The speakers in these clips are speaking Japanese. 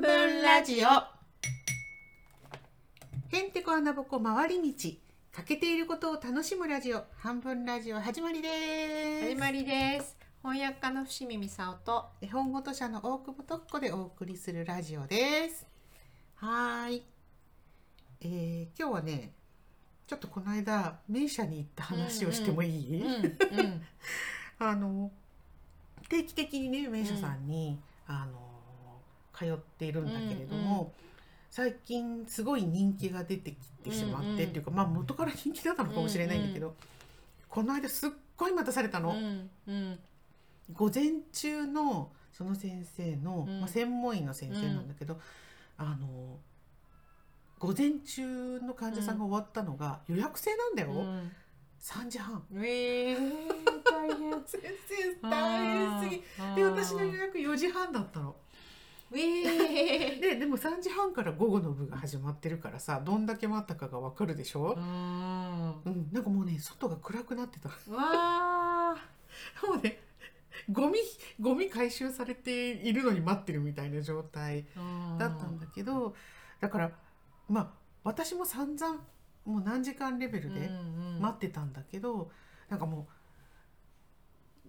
ラジオへんてこ穴ぼこ回り道欠けていることを楽しむラジオ半分ラジオ始まりです始まりです翻訳家の伏見美沙夫と絵本ごと社の大久保特子でお送りするラジオですはーい、えー、今日はねちょっとこの間名車に行った話をしてもいい、うんうん あの定期的にね名所さんに、あの通っているんだけれども、うんう最近すごい人気が出てきてしまって、うんうんっていうかまあ元から人気だったのかもしれないんだけど、この間すっごい待たされたの。うんうん午前中のその先生の、うんまあ、専門医の先生なんだけど、あの午前中の患者さんが終わったのが予約制なんだよ、うん3時半。えー、大変先生大変すぎで私の予約4時半だったの。えーででも3時半から午後の部が始まってるからさどんだけ待ったかがわかるでしょう、んわうん、なんかもうね外が暗くなってた あもうねゴミゴミ回収されているのに待ってるみたいな状態だったんだけど、だからまあ私も散々もう何時間レベルで待ってたんだけど、なんかも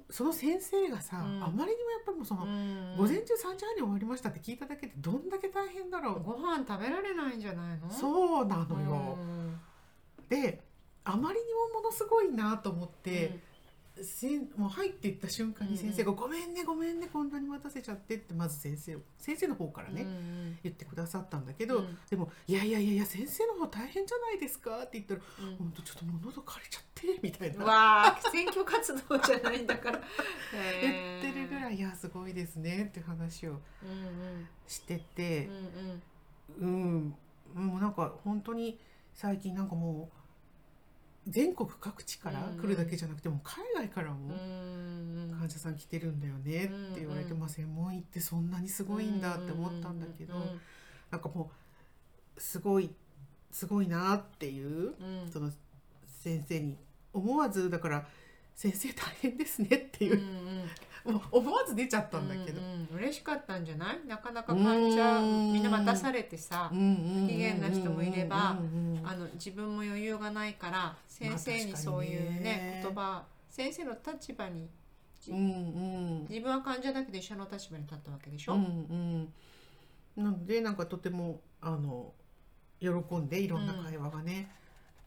うその先生がさ、うんあまりにもやっぱりもうその、午前中3時半に終わりましたって聞いただけでどんだけ大変だろう、ご飯食べられないんじゃないのうそうなのよ、であまりにもものすごいなと思って、せんもう入っていった瞬間に先生が「ごめんねごめんねこんなに待たせちゃって」ってまず先生を先生の方からね、言ってくださったんだけど、うんでも「いやいやいやいや先生の方大変じゃないですか」って言ったら「ほんとちょっともう喉枯れちゃって」みたいなわあ選挙活動じゃないんだから 言ってるぐらい、い「いやすごいですね」って話をうんうんしててうんうんうん、もうなんか本当に最近なんかもう全国各地から来るだけじゃなくて、もう海外からうんうもん患者さん来てるんだよねって言われて、うんうんまあ専門医ってそんなにすごいんだって思ったんだけど、なんかもうすごいすごいなっていううんうんその先生に思わずだから「先生大変ですね」っていうう、んもう思わず出ちゃったうんだけど。うんうん嬉しかったんじゃないなかなか患者うんみんな待たされてさ不不機嫌な人もいればあの自分も余裕がないから先生にそういうね,、まあ確かにね言葉先生の立場にうんうん、自分は患者だけど医者の立場に立ったわけでしょ、うんうん、なのでなんかとてもあの喜んでいろんな会話がね、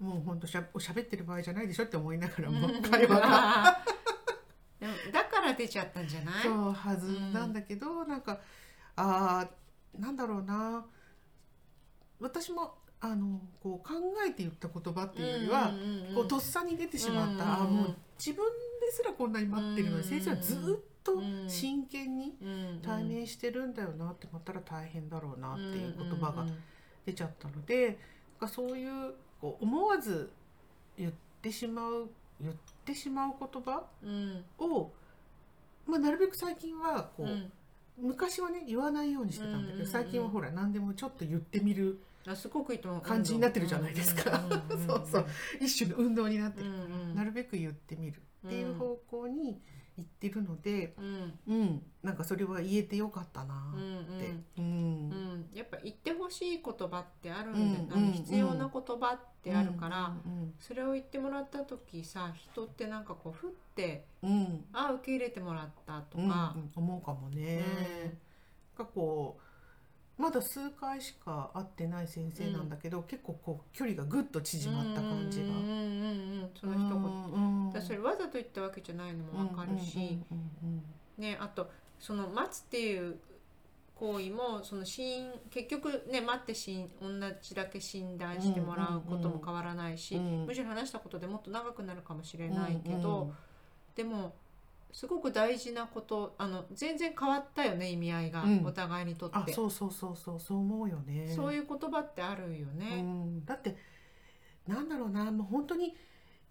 もうほんとしゃおしゃべってる場合じゃないでしょって思いながらも会話がでもだから出ちゃったんじゃないそうはずなんだけど、なんかあーなんだろうな私もあのこう考えて言った言葉っていうよりは、んんんんこうとっさに出てしまった、あーうんうんうんもう自分ですらこんなに待ってるのに、うんうんうん先生はずっとうん真剣にうんうん対面してるんだよなってまったら大変だろうなっていう言葉がうんうん出ちゃったので、なんかそういうこう思わず言ってしまう言ってしまう言葉うんを、まあ、なるべく最近はこう、うん昔はね言わないようにしてたんだけど、うんうんうん最近はほら何でもちょっと言って みるあすごくいいと思う感じになってるじゃないですかうんんんんそうそう一種の運動になってうる、んうんなるべく言ってみるっていう方向に行ってるので、うんうん、なんかそれは言えてよかったなうんっうてん。うんうん、やっぱ言ってほしい言葉ってあるんだうあんのうん必要な言葉ってあるから、うんそれを言ってもらった時さ人ってなんかこうふってうんうんあ受け入れてもらったとうんかう、ん思うかもね。なんかこうまだ数回しか会ってない先生なんだけど、結構こう距離がぐっと縮まった感じが。うんうんうんうんその一言、だうんからそれわざと言ったわけじゃないのもわかるし、うんうんね、あとその待つっていう行為もその死因結局ね待って死因同じだけ診断してもらうことも変わらないし、うんうんうんむしろ話したことでもっと長くなるかもしれないけど、、でもすごく大事なことあの全然変わったよね意味合いが、うんお互いにとっあてそうそうそうそうそう思うよね。そうういう言葉ってあるよね。んだってなんだろうなもう本当に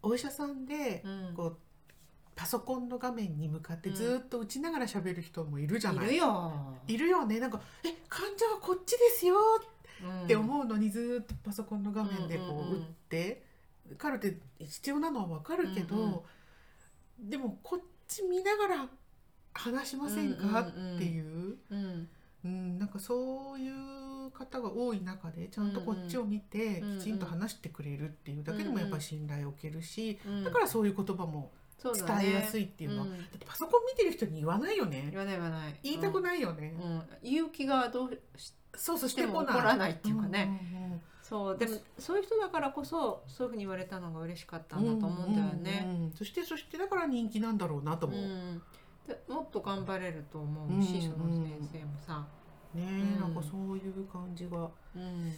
お医者さんで、うんこうパソコンの画面に向かってずっと打ちながら喋る人もいるじゃない。いるよ、いるよねなんか「え患者はこっちですよ」うんって思うのにずーっとパソコンの画面でうんこうんううん打ってカルテ必要なのはわかるけど、うんうんでもこっち見ながら話しませんか、うんうんうんっていう、うんうん、なんかかそういう方が多い中でちゃんとこっちを見てうんうんきちんと話してくれるっていうだけでうんうもんやっぱり信頼を置けるし、うんだからそういう言葉もそう伝だねえやすいっていうのは、うんだってパソコン見てる人に言わないよね言わない言わない言いたくないよね、うん、勇気がどうしそうそうしててもこ怒ないらないっていうかね、うんうんうんそうでもそういう人だからこそそういうふうに言われたのが嬉しかったんだと思うんだようね。んうんうんそしてそしてだから人気なんだろうなとうん思う、ねでもっと頑張れると思うし、うんその先生もさ、え、んなんかそういう感じがうん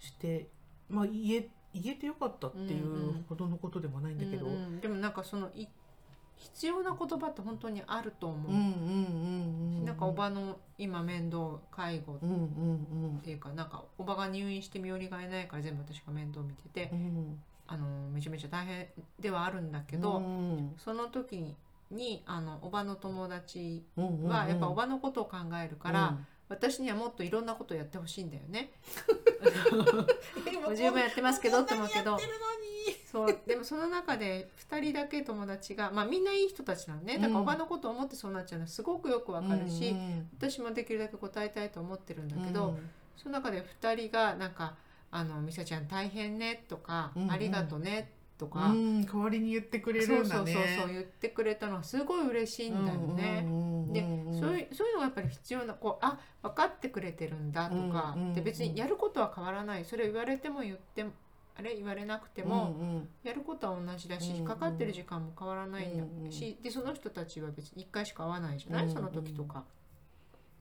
してまあ言え言えてよかったっていうほどのことでもないんだけど、うんうんでもなんかそのい必要な言葉って本当にあると思う、んなんかおばの今面倒介護っうんうんていうかなんかおばが入院して身寄りがいないから全部私が面倒見ててうんうんあのめちゃめちゃ大変ではあるんだけど、うんその時にあのおばの友達うんうんはやっぱおばのことを考えるから、私にはもっといろんなことをやってほしいんだよね。もう十分やってますけどって思うけどこんなにやってそうでもその中で2人だけ友達が、まあ、みんないい人たちなのねだかうらんおばのことを思ってそうなっちゃうのはすごくよくわるのにかるし、うんうん私もできるだけ答えたいと思ってるんだけど、うんその中で2人がなんか「あのみさちゃん大変ね」とか、うんうんありがとね」とうか、ん、代わりに言ってくれそるうんそだうそうね。そう言ってくれたのはすごい嬉しいんだよね。でそういいうそういうのがやっぱり必要なこうあ分かってくれてるんだとか、うんうんうんで別にやることは変わらないそれを言われても言ってもあれ言われなくてでも、、やることは同じだし、うんうんかかってる時間も変わらないんだうんうんし、でその人たちは別に1回しか会わないじゃない、うんうんその時とか。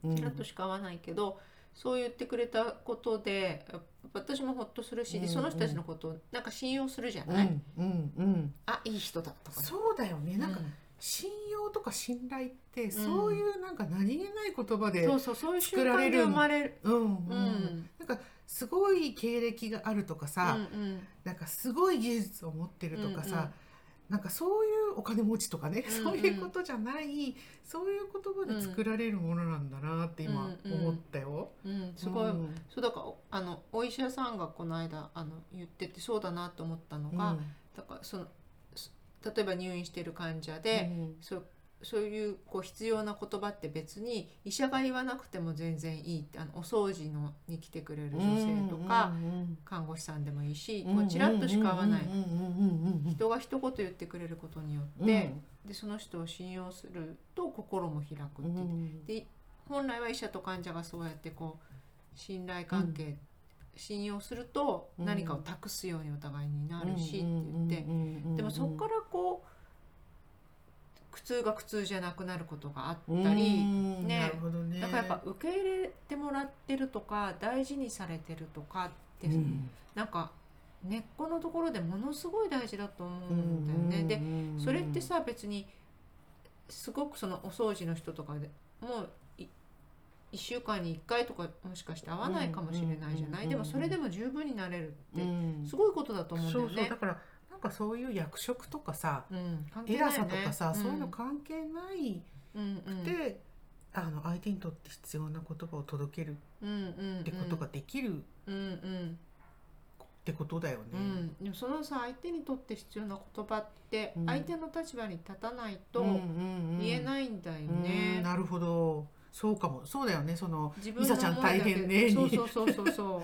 うんちょっとしか会わないけどそう言ってくれたことでやっぱ私もほっとするし、でその人たちのことをなんか信用するじゃうない、んうんうん、あいい人だとか。そうだよねなんかうん信用とか信頼ってそういうなんか何気ない言葉で、そうそうそういう瞬作られ間るで生まれる。うんううん、んなんかすごい経歴があるとかさ、うんうんなんかすごい技術を持ってるとかさ、うんうんなんかそういうお金持ちとかね、うんうんそういうことじゃないそういう言葉で作られるものなんだなって今うんうん思ったよ。うん、すごい、うんそうだからおあのお医者さんがこの間あの言っててそうだなと思ったのが、だからそのす例えば入院してる患者で、そうそういうこう必要な言葉って別に医者が言わなくても全然いいってあのお掃除のに来てくれるうん女性とか、うんうん看護師さんでもいいし、うんこうちらっとしか会わない、うんうんうんうん人が一言言ってくれることにようっんて、でその人を信用すると心も開くって言うってんで本来は医者と患者がそうやってこう信頼関係、信用するとうん何かを託すようにお互いになるしって言って、うんうんうんうんでもそこからこう苦痛が苦痛じゃなくなることがあったり、うんねなるほどねだからやっぱ受け入れてもらってるとか大事にされてるとかって、うんなんか根っこのところでものすごい大事だと思うんだよね。でうんそれってさ別にすごくそのお掃除の人とかでもうい1週間に1回とかもしかして会わないかもしれないじゃなうんうんうんうんいでもそれでも十分になれるうっんてすごいことだと思うんだそようそうねだ。からなんかそういう役職とかさうん関係な偉いさよとねかさ、そういうのん関係ないうんうんで、あの相手にとって必要な言葉を届けるうんうんってことができるっうんうんてことだよね。うんでもそのさ相手にとって必要な言葉ってうん相手の立場に立たないうんとうんうん言えないんだようんね。なるほどそうかもそうだよねその自分ミのサちゃん大変ね思いだけそうそうそうそうそう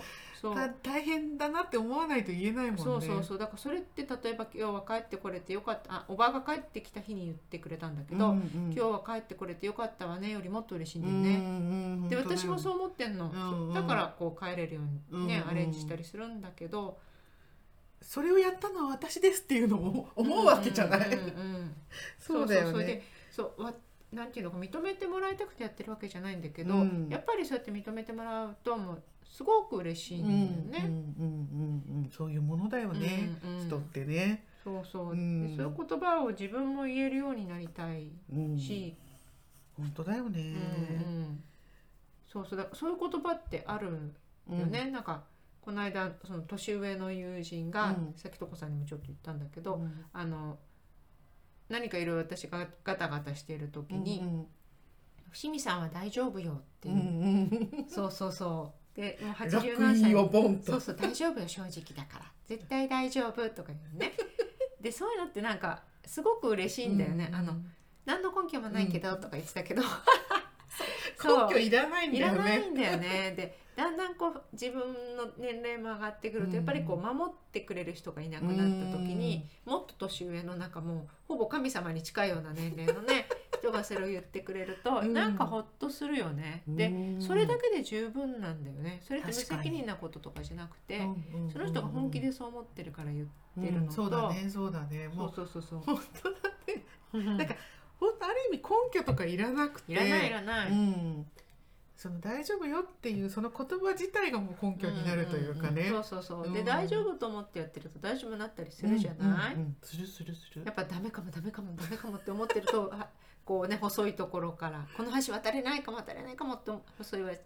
そう。た大変だなって思わないと言えないもんね。そうそうそうだからそれって例えば今日は帰ってこれてよかったあおばが帰ってきた日に言ってくれたんだけど、うんうん今日は帰ってこれてよかったわねよりもっと嬉しいんだうよんね、うんうんで本当だよ私もそう思ってんの、うんうんだからこう帰れるようにね、うんうんアレンジしたりするんだけどそれをやったのは私ですっていうのを思うわけじゃない。うんうんうんうん そうだよね。それでそうわなんていうのか認めてもらいたくてやってるわけじゃないんだけど、うんやっぱりそうやって認めてもらうともうすごく嬉しいんだよね。うんうんうんうんそういうものだよね、うんうん人ってね、そうそう、うんでそういう言葉を自分も言えるようになりたいうん、し、本当だよね、うんうんそうそうだそういう言葉ってあるんうんよね、なんかこの間その年上の友人が、うんさきとこさんにもちょっと言ったんだけうど、んあの何かいろいろ私がガタガタしている時にうん「伏見さんは大丈夫よ」ってういんうう、んうんそうそうそうでもう80楽何歳にをのボンそとうそう大丈夫よ正直だから絶対大丈夫とか言うねでそういうのってなんか すごく嬉しいんだよね、あの何の根拠もないけどとか言ってたけど、そう根拠いらないんだいらよないね。んだよね。でだんだんこう自分の年齢も上がってくると、うんやっぱりこう守ってくれる人がいなくなった時に、もっと年上の中もうほぼ神様に近いような年齢の ね人がそれを言ってくれると、うんなんかほっとするよね。うんでそれだけで十分なんだよね。それって無確かに責任なこととかじゃなくて、うんうんその人が本気でそう思ってるから言う。出るのとうんそうだねそうだねもそううそうそうそう。本当だねななんか本当ある意味根拠とかいらなくていらないいらない。うん、その大丈夫よっていうその言葉自体がもう根拠になるというかね、んんんそうそうそう。で、うん大丈夫と思ってやってると大丈夫になったりするじゃない、うんうんうんするするするやっぱダメかもダメかもダメかもって思ってると あこうね細いところからこの橋渡れないかも渡れないかもって細い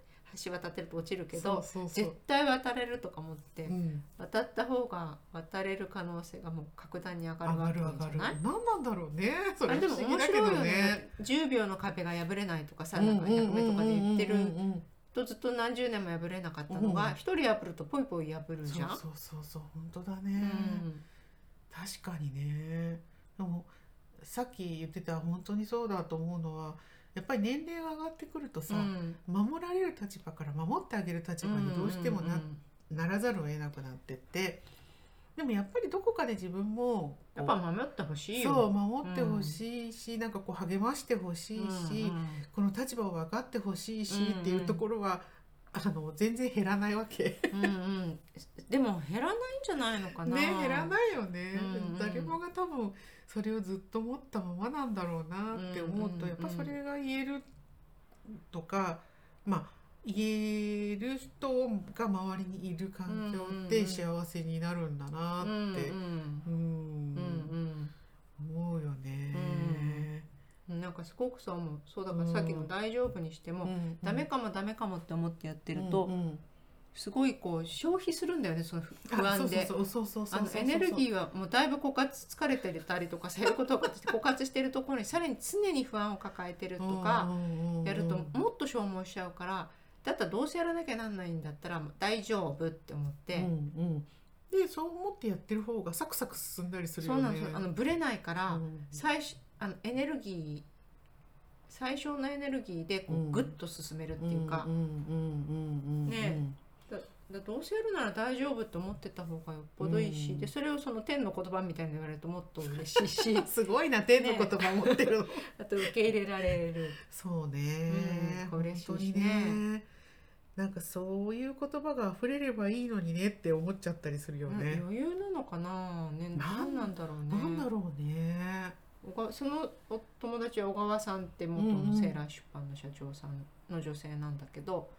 橋渡ってると落ちるけどそうそうそ絶う、対渡れるとか思って、うん、渡った方が渡れる可能性がもう格段に上が上るわがけるじ上がゃなるい何なんだろうねそあれれで不も思議面だけ白どいよねね10秒の壁が破れないとかさうんなんか100メとかで言ってうんるうんうんうんとずっと何十年も破れなかったのうんが一人破るとポイポイ破るそじうゃん。そうそうそう本当だね、うん確かにねでもさっき言ってた本当にそうだと思うのはやっぱり年齢が上がってくるとさ、うん守られる立場から守ってあげる立場にどうしてもな,、うんならざるを得なくなってってでもやっぱりどこかで自分もこうやっぱ守ってほしいよ。そう守ってほしいし、なんかこ う励ましてほしいし、うんうんこの立場を分かってほしいし、うんうんっていうところはあの全然減らないわけ。うんうん、でも減らないんじゃないのかな。ね減らないよね、うんうん誰もが多分それをずっと持ったままなんだろうなって思ううんうんうと、んやっぱそれが言えるとかまあ言える人が周りにいる環境っうんうんうてん幸せになるんだなって、ううんんううんんうん思うよね。うん、なんかすごくそう思う。そうだからさっきの大丈夫にしても、うんダメかもダメかもって思ってやってると、うんうんすごいこう消費するんだよね。その不不 あ安で。そうそうそうそうあそうのそうエネルギーはもうだいぶ枯渇疲れてたりとかそういうことが枯渇してるところにさらに常に不安を抱えてるとかやるともっと消耗しちゃうからだったらどうせやらなきゃなんないんだったらもう大丈夫って思って、うんうんでそう思ってやってる方がサクサク進んだりするそようね。なんですよあのぶれないから、うん最初あのエネルギー最小のエネルギーでこうんうグッと進めるっていうか,、うんうんうんうんうんねだどうせやるなら大丈夫って思ってた方がよっぽどいいし、うんでそれをその天の言葉みたいに言われるともっと嬉しいし すごいな天の言葉持ってるの。あと受け入れられる。 そうねうん。これ嬉しいしね本当にね。なんかそういう言葉が溢れればいいのにねって思っちゃったりするよね。余裕なのかな、ね、な何んなんだろうねなんだろうね。小川そのお友達は小川さんって元うんうのんセーラー出版の社長さんの女性なんだけど、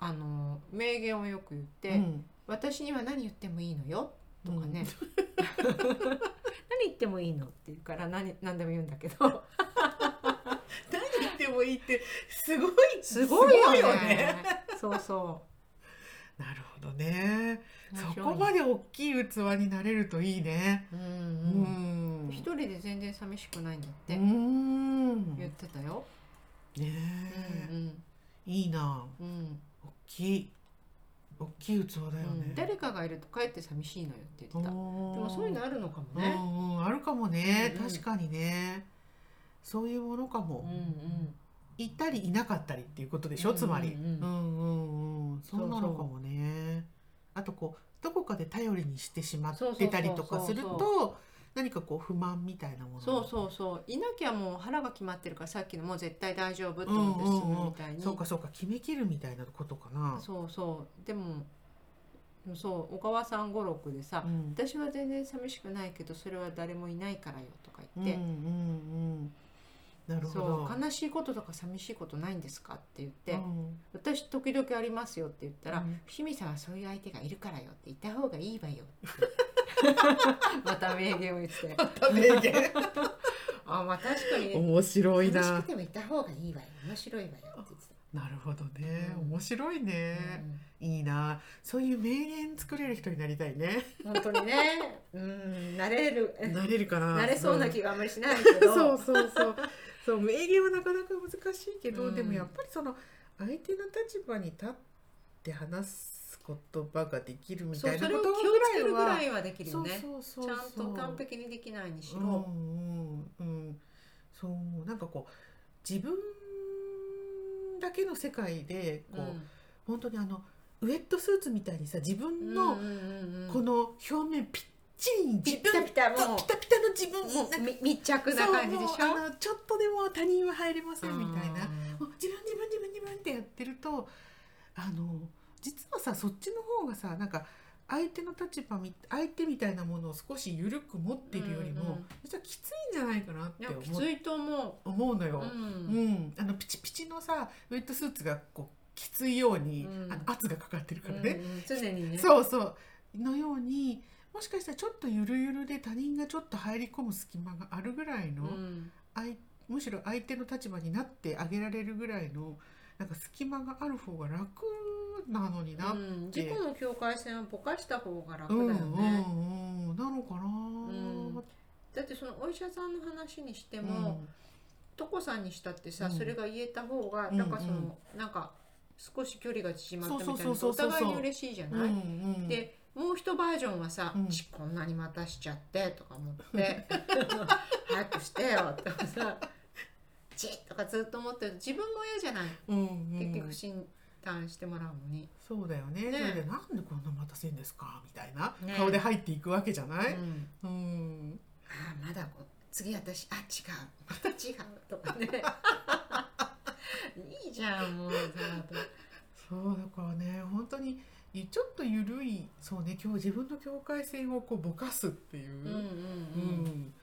あの名言をよく言って、うん私には何言ってもいいのよ」とかね、 「何言ってもいいの?」って言うから何何でも言うんだけど何言ってもいいってすごい すごいよねすごいよねそうそなるほどね。うそこまで大きい器になれるといいね。うんううんん。一人で全然寂しくないんだっうてん。言っねてたよ、うえ。んいいな。うんうん大きい。大きい器だようねん。誰かがいるとかえって寂しいのよって言ってたでおーもそういうのあるのかもうねんうんあるかもね。うんうん確かにね。そういうものかうもん。うんいたりいなかったりっていうことでしょ。つまり。ううんんうんううんうん。そうなそうのそうかもね。あとこうどこかで頼りにしてしまっそうそうそてうたりとかするそうと。何かこう不満みたいなものそうそうそういなきゃもう腹が決まってるからさっきのもう絶対大丈夫って思って進むみたいに、そうかそうか決めきるみたいなことかな。そうそうでもでもそう小川さん語録でさ、うん私は全然寂しくないけどそれは誰もいないからよ」とかうん言っうて、んうん、なるほそど。う「悲しいこととか寂しいことないんですか?」って言って「うん私時々ありますよ」って言ったら「うん伏見さんはそういう相手がいるからよ」って言った方がいいわ よって また名言を言って名言 あまあ確かにね面白い悲しなく。てもいた方がいいわよ面白いわよって言ってた。 なるほどね。うん面白いね、いいな。そういう名言作れる人になりた いね。うん、本当にね、うん、なれる、なれるかな。なれそうな気が。があんまりしないけど、 そうそうそう。そう名言はなかなか難しいけど、うんでもやっぱりその相手の立場に立って話す言葉ができるみそたういそなれこを気とをつけるぐぐらいはらいはできるよねそうそうそうちゃんと完璧にできないにしろ、うんうんうんそうなんかこう自分だけの世界でこうう、ん本当にあのウェットスーツみたいにさ自分うのんうんうんこの表面ぴっちりピ自ッタ分ピタもうピタピタの自分もにうなんかみ密着な感じでしょそうもうあのちょっとでも他人は入れませんみたいなうもう自分自分自分自分ってやってるとあの実はさそっちの方がさなんか相手の立場み相手みたいなものを少し緩く持ってるよりも、うんうん実はきついんじゃないかなっんいてやき思うついと思思うのう、よう。うんんうん、あのピチピチのさウェットスーツがこうきついように、うんあの圧がかかってるからね、うんうん常にねそうそうのようにもしかしたらちょっとゆるゆるで他人がちょっと入り込む隙間があるぐらいの、うんあいむしろ相手の立場になってあげられるぐらいのなんか隙間がある方が楽なのにな、ううんん、自己の境界線をぼかした方が楽うだんよね、うんなのかな、んだってそのお医者さんの話にしても、トコさんにしたってさ、うんそれが言えた方がうんなんかその、うんなんか少し距離が縮まったみたいそうなそうおそうそう互いに嬉しいじゃうんない、うんうんでもう一バージョンはさ「うんちこんなに待たしちゃって」とか思 って「早くしてよ」とかさ「ち」とかずっと思ってると自分も嫌じゃない、うんうん結局診断してもらうのに。そうだよねねそれでなんでこんな待たせんですかみたいな、ね顔で入っていくわけじゃない、うんうんあーまだこ次私あ違うまた違う とかねいいじゃんもうさそうだからね本当にちょっと緩いそうね今日自分の境界線をこうぼかすっていうう、んうんううん、ん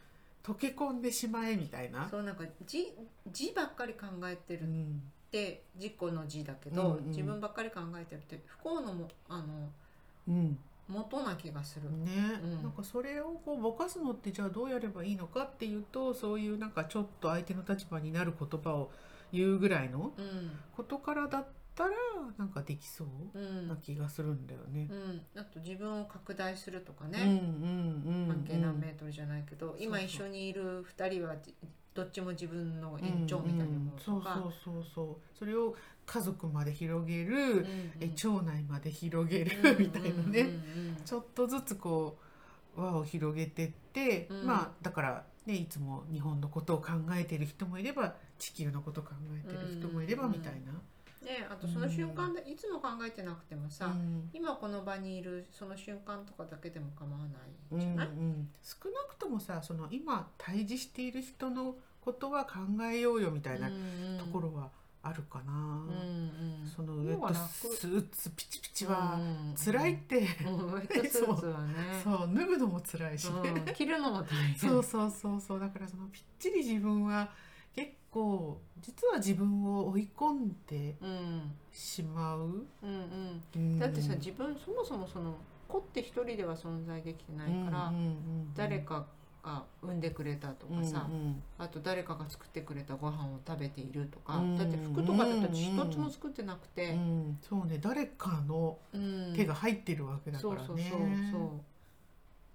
溶け込んでしまえみたいな。そうなんか字字ばっかり考えてるうっんて自己の字だけど、うんうん自分ばっかり考えてるって不幸のもあのうん元な気がする、ね、うんなんかそれをこうぼかすのってじゃあどうやればいいのかっていうとそういうなんかちょっと相手の立場になる言葉を言うぐらいのうんことからだったらなんかできそううなん気がするんだよねう。ん、あと自分を拡大するとかうんね、うんうん関係何メートルじゃないけど、今そう一そう緒にいる二人はじどっちも自分の延長みたいなものとか、うんうんそうそうそうそうそれを家族まで広げる、うんうえん町内まで広げるみたいなね、ちょっとずつこう輪を広げてって、うんまあだから、ね、いつも日本のことを考えてる人もいれば地球のことを考えてる人もいればうんみたいな。ねあとその瞬間でいつも考えてなくてもさ、うん今この場にいるその瞬間とかだけでも構わうないんじゃない、うん少なくともさその今対峙している人のことは考えようよみたいなところはあるかなう、んうん、そのウェットスーツピチピチはうん辛いって、うんウェ ットスーツはねそう脱ぐのも辛いしね、うん着るのも大変 そうそうそうそうだからそのぴっちり自分は結構実は自分を追い込んでうんしまう、うんうんうんだってさ自分そもそもその子って一人では存在できてないから、うんうんうんうん誰かが産んでくれたとかさ、うんうんあと誰かが作ってくれたご飯を食べているとか、うんだって服とかだと一つも作ってなくて、うんそうね誰かのうん手が入ってるわけだかそうらそうそうねそう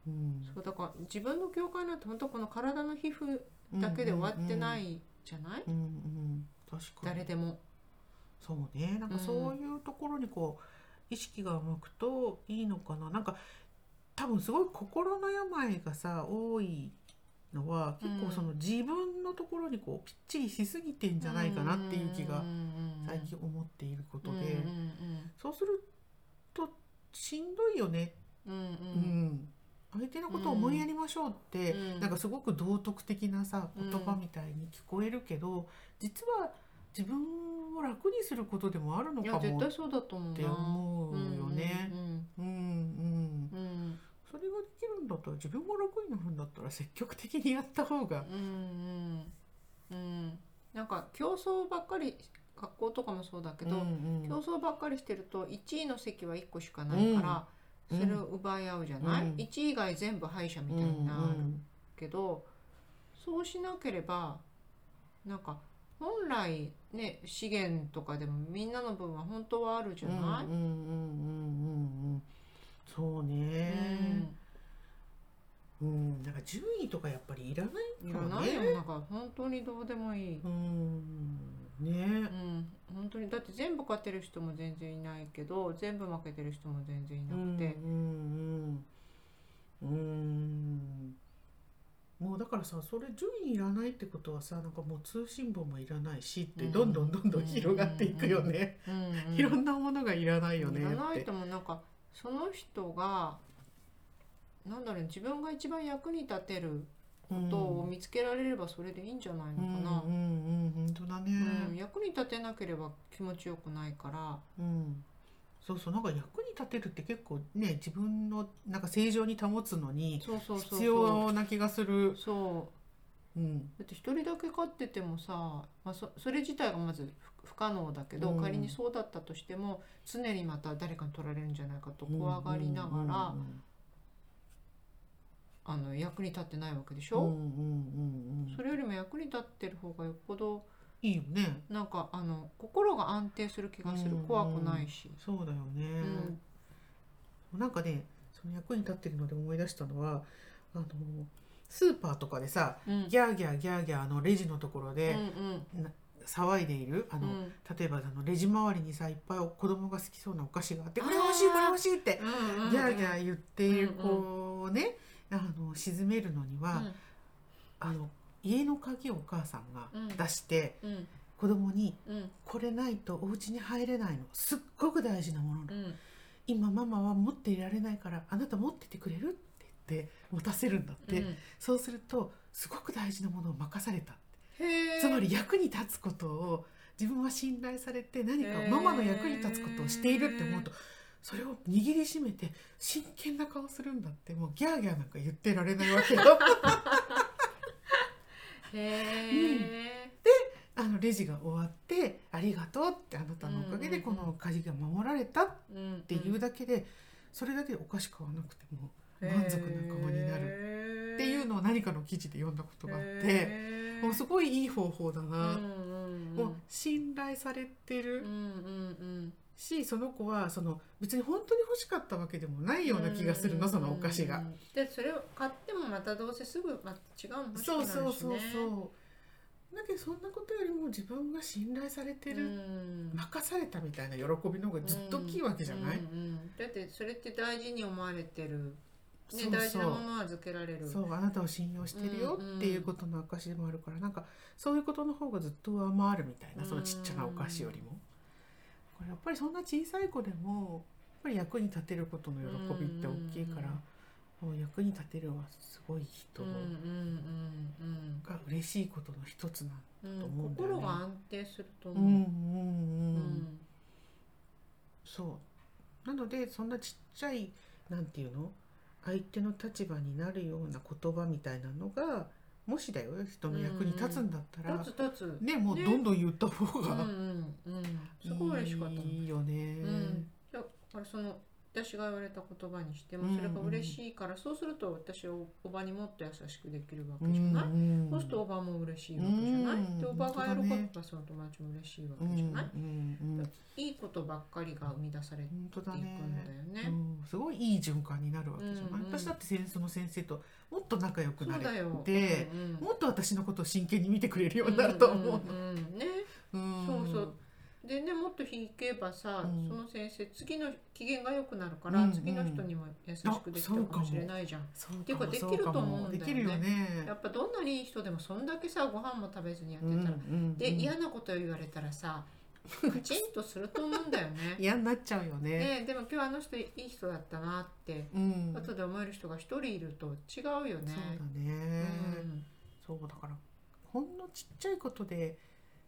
うんそうだから自分の境界なんて本当この体の皮膚だけで終わってな、いじゃない、うんうんうん確かに誰でも、そうねなんかうんそういうところにこう意識が向くといいのかななんか多分すごい心の病がさ多いのは結うん構その自分のところにこうぴっちりしすぎてんじゃないかなっていう気が最近思っていることで、そうするとしんどいよね、うんうんうんうんうん相手のことを思いやりましょうって、うんなんかすごく道徳的なさうん言葉みたいに聞こえるけど、実は自分を楽にすることでもあるのいやかも絶対そうだと思うっなて思うよね。うんううんうんんうんそれができるんだったら自分が楽になるんだったら積極的にやった方が。うんうんうんなんか競争ばっかり学校とかもそうだけど、うん競争ばっかりしてると1位の席は1個しかないから、うんそれを奪い合うじゃない、うん1位以外全部敗者みたいになるけど、そうしなければなんか本来ね資源とかでもみんなの分は本当はあるじゃない、うんうんうんうんうんそううんね。うん、なんか順位とかやっぱりいらないいらないよ、ねなんか本当にどうでもいい、うんうね。ん、本当にだって全部勝てる人も全然いないけど全部負けてる人も全然いなくて、うんうんうんうんもうだからさそれ順位いらないってことはさなんかもう通信簿もいらないしってどんどんどんどん広がっていくよね、うん うんいろんなものがいらないよねいっらてないともなんかその人がなんだろう自分が一番役に立てることを見つけられればそれでいいんじゃないのかな。うんうんうん本当だね、うん役に立てなければ気持ちよくないから、うん、そうそうなんか役に立てるって結構ね自分のなんか正常に保つのにそうそうそうそう必要な気がする。そううんだって一人だけ飼っててもさ、まあ、そそれ自体がまず不不可能だけど、うん仮にそうだったとしても常にまた誰かに取られるんじゃないかと怖がりながら、あの役に立ってないわけでしうんうんょ、うんうんそれよりも役に立ってる方がよっぽどいいよね。なんかあの心が安定する気がする、うん怖くないし。そうだよね。うんなんかねその役に立ってるので思い出したのはあのスーパーとかでさうんギャーギャーギャーギャーあのレジのところうんでうん騒いでいるあの、うん例えばあのレジ周りにさいっぱい子供が好きそうなお菓子があって「これ欲しいこれ欲しい」ってうんうんギャーギャー言っているうん子をね、あの沈めるのには、あの家の鍵をお母さんが出して、うんうん子供にうん「これないとお家に入れないのすっごく大事なものなのうん今ママは持っていられないからあなた持っててくれる?」って言って持たせるんだって、うんそうするとすごく大事なものを任されたへーつまり役に立つことを自分は信頼されて何かママの役に立つことをしているって思うとそれを握りしめて真剣な顔するんだってもうギャーギャーなんか言ってられないわけよ。へあのレジが終わって「ありがとう」って「あなたのおかげでこの鍵が守られた」っーうんっていうだけでそれだけでお菓子買わなくても満足な顔になるるっていうののを何かの記事で読んだことがあっててもうすごいいい方法だなもうう信頼されてるんしその子はその別に本当に欲しかったわけでもないような気がするのそのお菓子が。でそれを買ってもまたどうせすぐまた違うもんそうそうそうそうだけどそんなことよりも自分が信頼されてる任されたみたいな喜びの方がずっと大きいわけじゃないだってそれって大事に思われてるそねうそう大事なものは預けられるそうあなたを信用してるようんうんっていうことの証でもあるからなんかそういうことの方がずっと上回るみたいなそのちっちゃなお菓子よりも。これやっぱりそんな小さい子でもやっぱり役に立てることの喜びって大きいから、もう役に立てるはすごい人うんうんうんが嬉しいことの一つなんうんとう思うんんだよね心が安定するとうんうん思ううんうそうなのでそんなちっちゃいなんていうの相手の立場になるような言葉みたいなのがもしだよ人の役に立つんだったら、立つ立つねもうどんどん言った方うんうがんうんすごい嬉しかったいいよね、うん、だからその私が言われた言葉にしてうんうもんそれが嬉しいから、そうすると私はおばにもっと優しくできるわうけじゃない、んそうするとおばも嬉しいわけじゃない、うんでおばが喜本当だねべばその友達も嬉しいわけじゃない、うんうんうんいいことばっかりが生み出されてい本当くだんだよねねうん、すごいいい循環になるわけじゃない、うんうん私だって先生の先生ともっと仲良くそなうだれよでうんうんもっと私のことを真剣に見てくれるようになると思うの、んんんねうんそうそうでねもっと引けばさ、うんその先生次の機嫌が良くなるから、うんうん次の人にも優しくできたかもしれないじゃんそうていうかできそうると思うんだよねできるよねやっぱどんなにいい人でもそんだけさご飯も食べずにやってたら、で、嫌なこと言われたらさカチンとすると思うんだ よね。嫌になっちゃうよねねでも今日あの人いい人だったなってうんそう後で思える人が一人いると違うよね。だね、うんそうだからほんのちっちゃいことで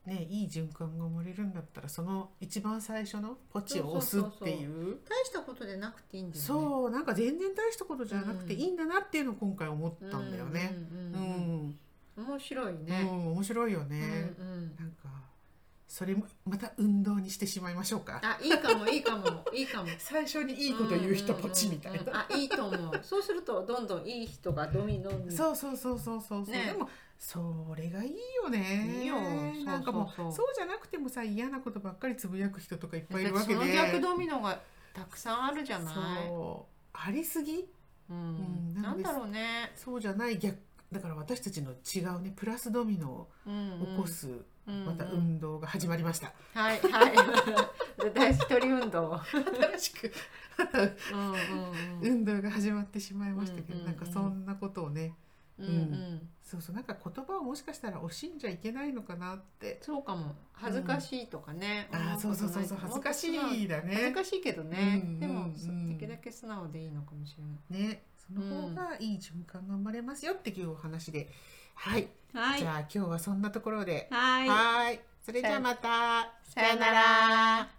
ねいい循環が生まれるんだったらその一番最初のポチを押すっていう大したことでなくていいんだよね。そうなんか全然大したことじゃなくてうんいいんだなっていうのを今回思ったんだよね。ううんん、ううんうんん面白いね。面白いようんね。うんなんかそれもまた運動にしてしまいましょうか。あいいかもいいかもいいかも。最初にいいこと言う人ポチみたいな。うんうんうんあいいと思う。そうするとどんどんいい人がどみどみ。そうそうそうそうそうそう、ねでもそれがいいよねいいよそうなんかもうそうそうそうじゃなくてもさ嫌なことばっかりつぶやく人とかいっぱいいるわそけでの逆ドミノがたくさんあるじゃない。そうありすぎうんうんなんだろうね。そうじゃない逆だから私たちの違うねプラスドミノを起こす、うんうん。またうん運動が始まりました、はいはい。 大一人運動。新し くまたうんうんうん。運動が始まってしまいましたけど、うんうんうんなんかそんなことをねうんうん、そうそうなんか言葉をもしかしたら惜しんじゃいけないのかなって、そうかも恥ずかしいとかね、ああそうそうそうそう恥ずかしいだ恥ずねかしいけどね、うんうんでもうんそできるだけ素直でいいのかもしれねその方がいい循環が生まれますよっていうお話で、はい、ないじゃあ今日はそんなところではいはいそれじゃあまたさよなら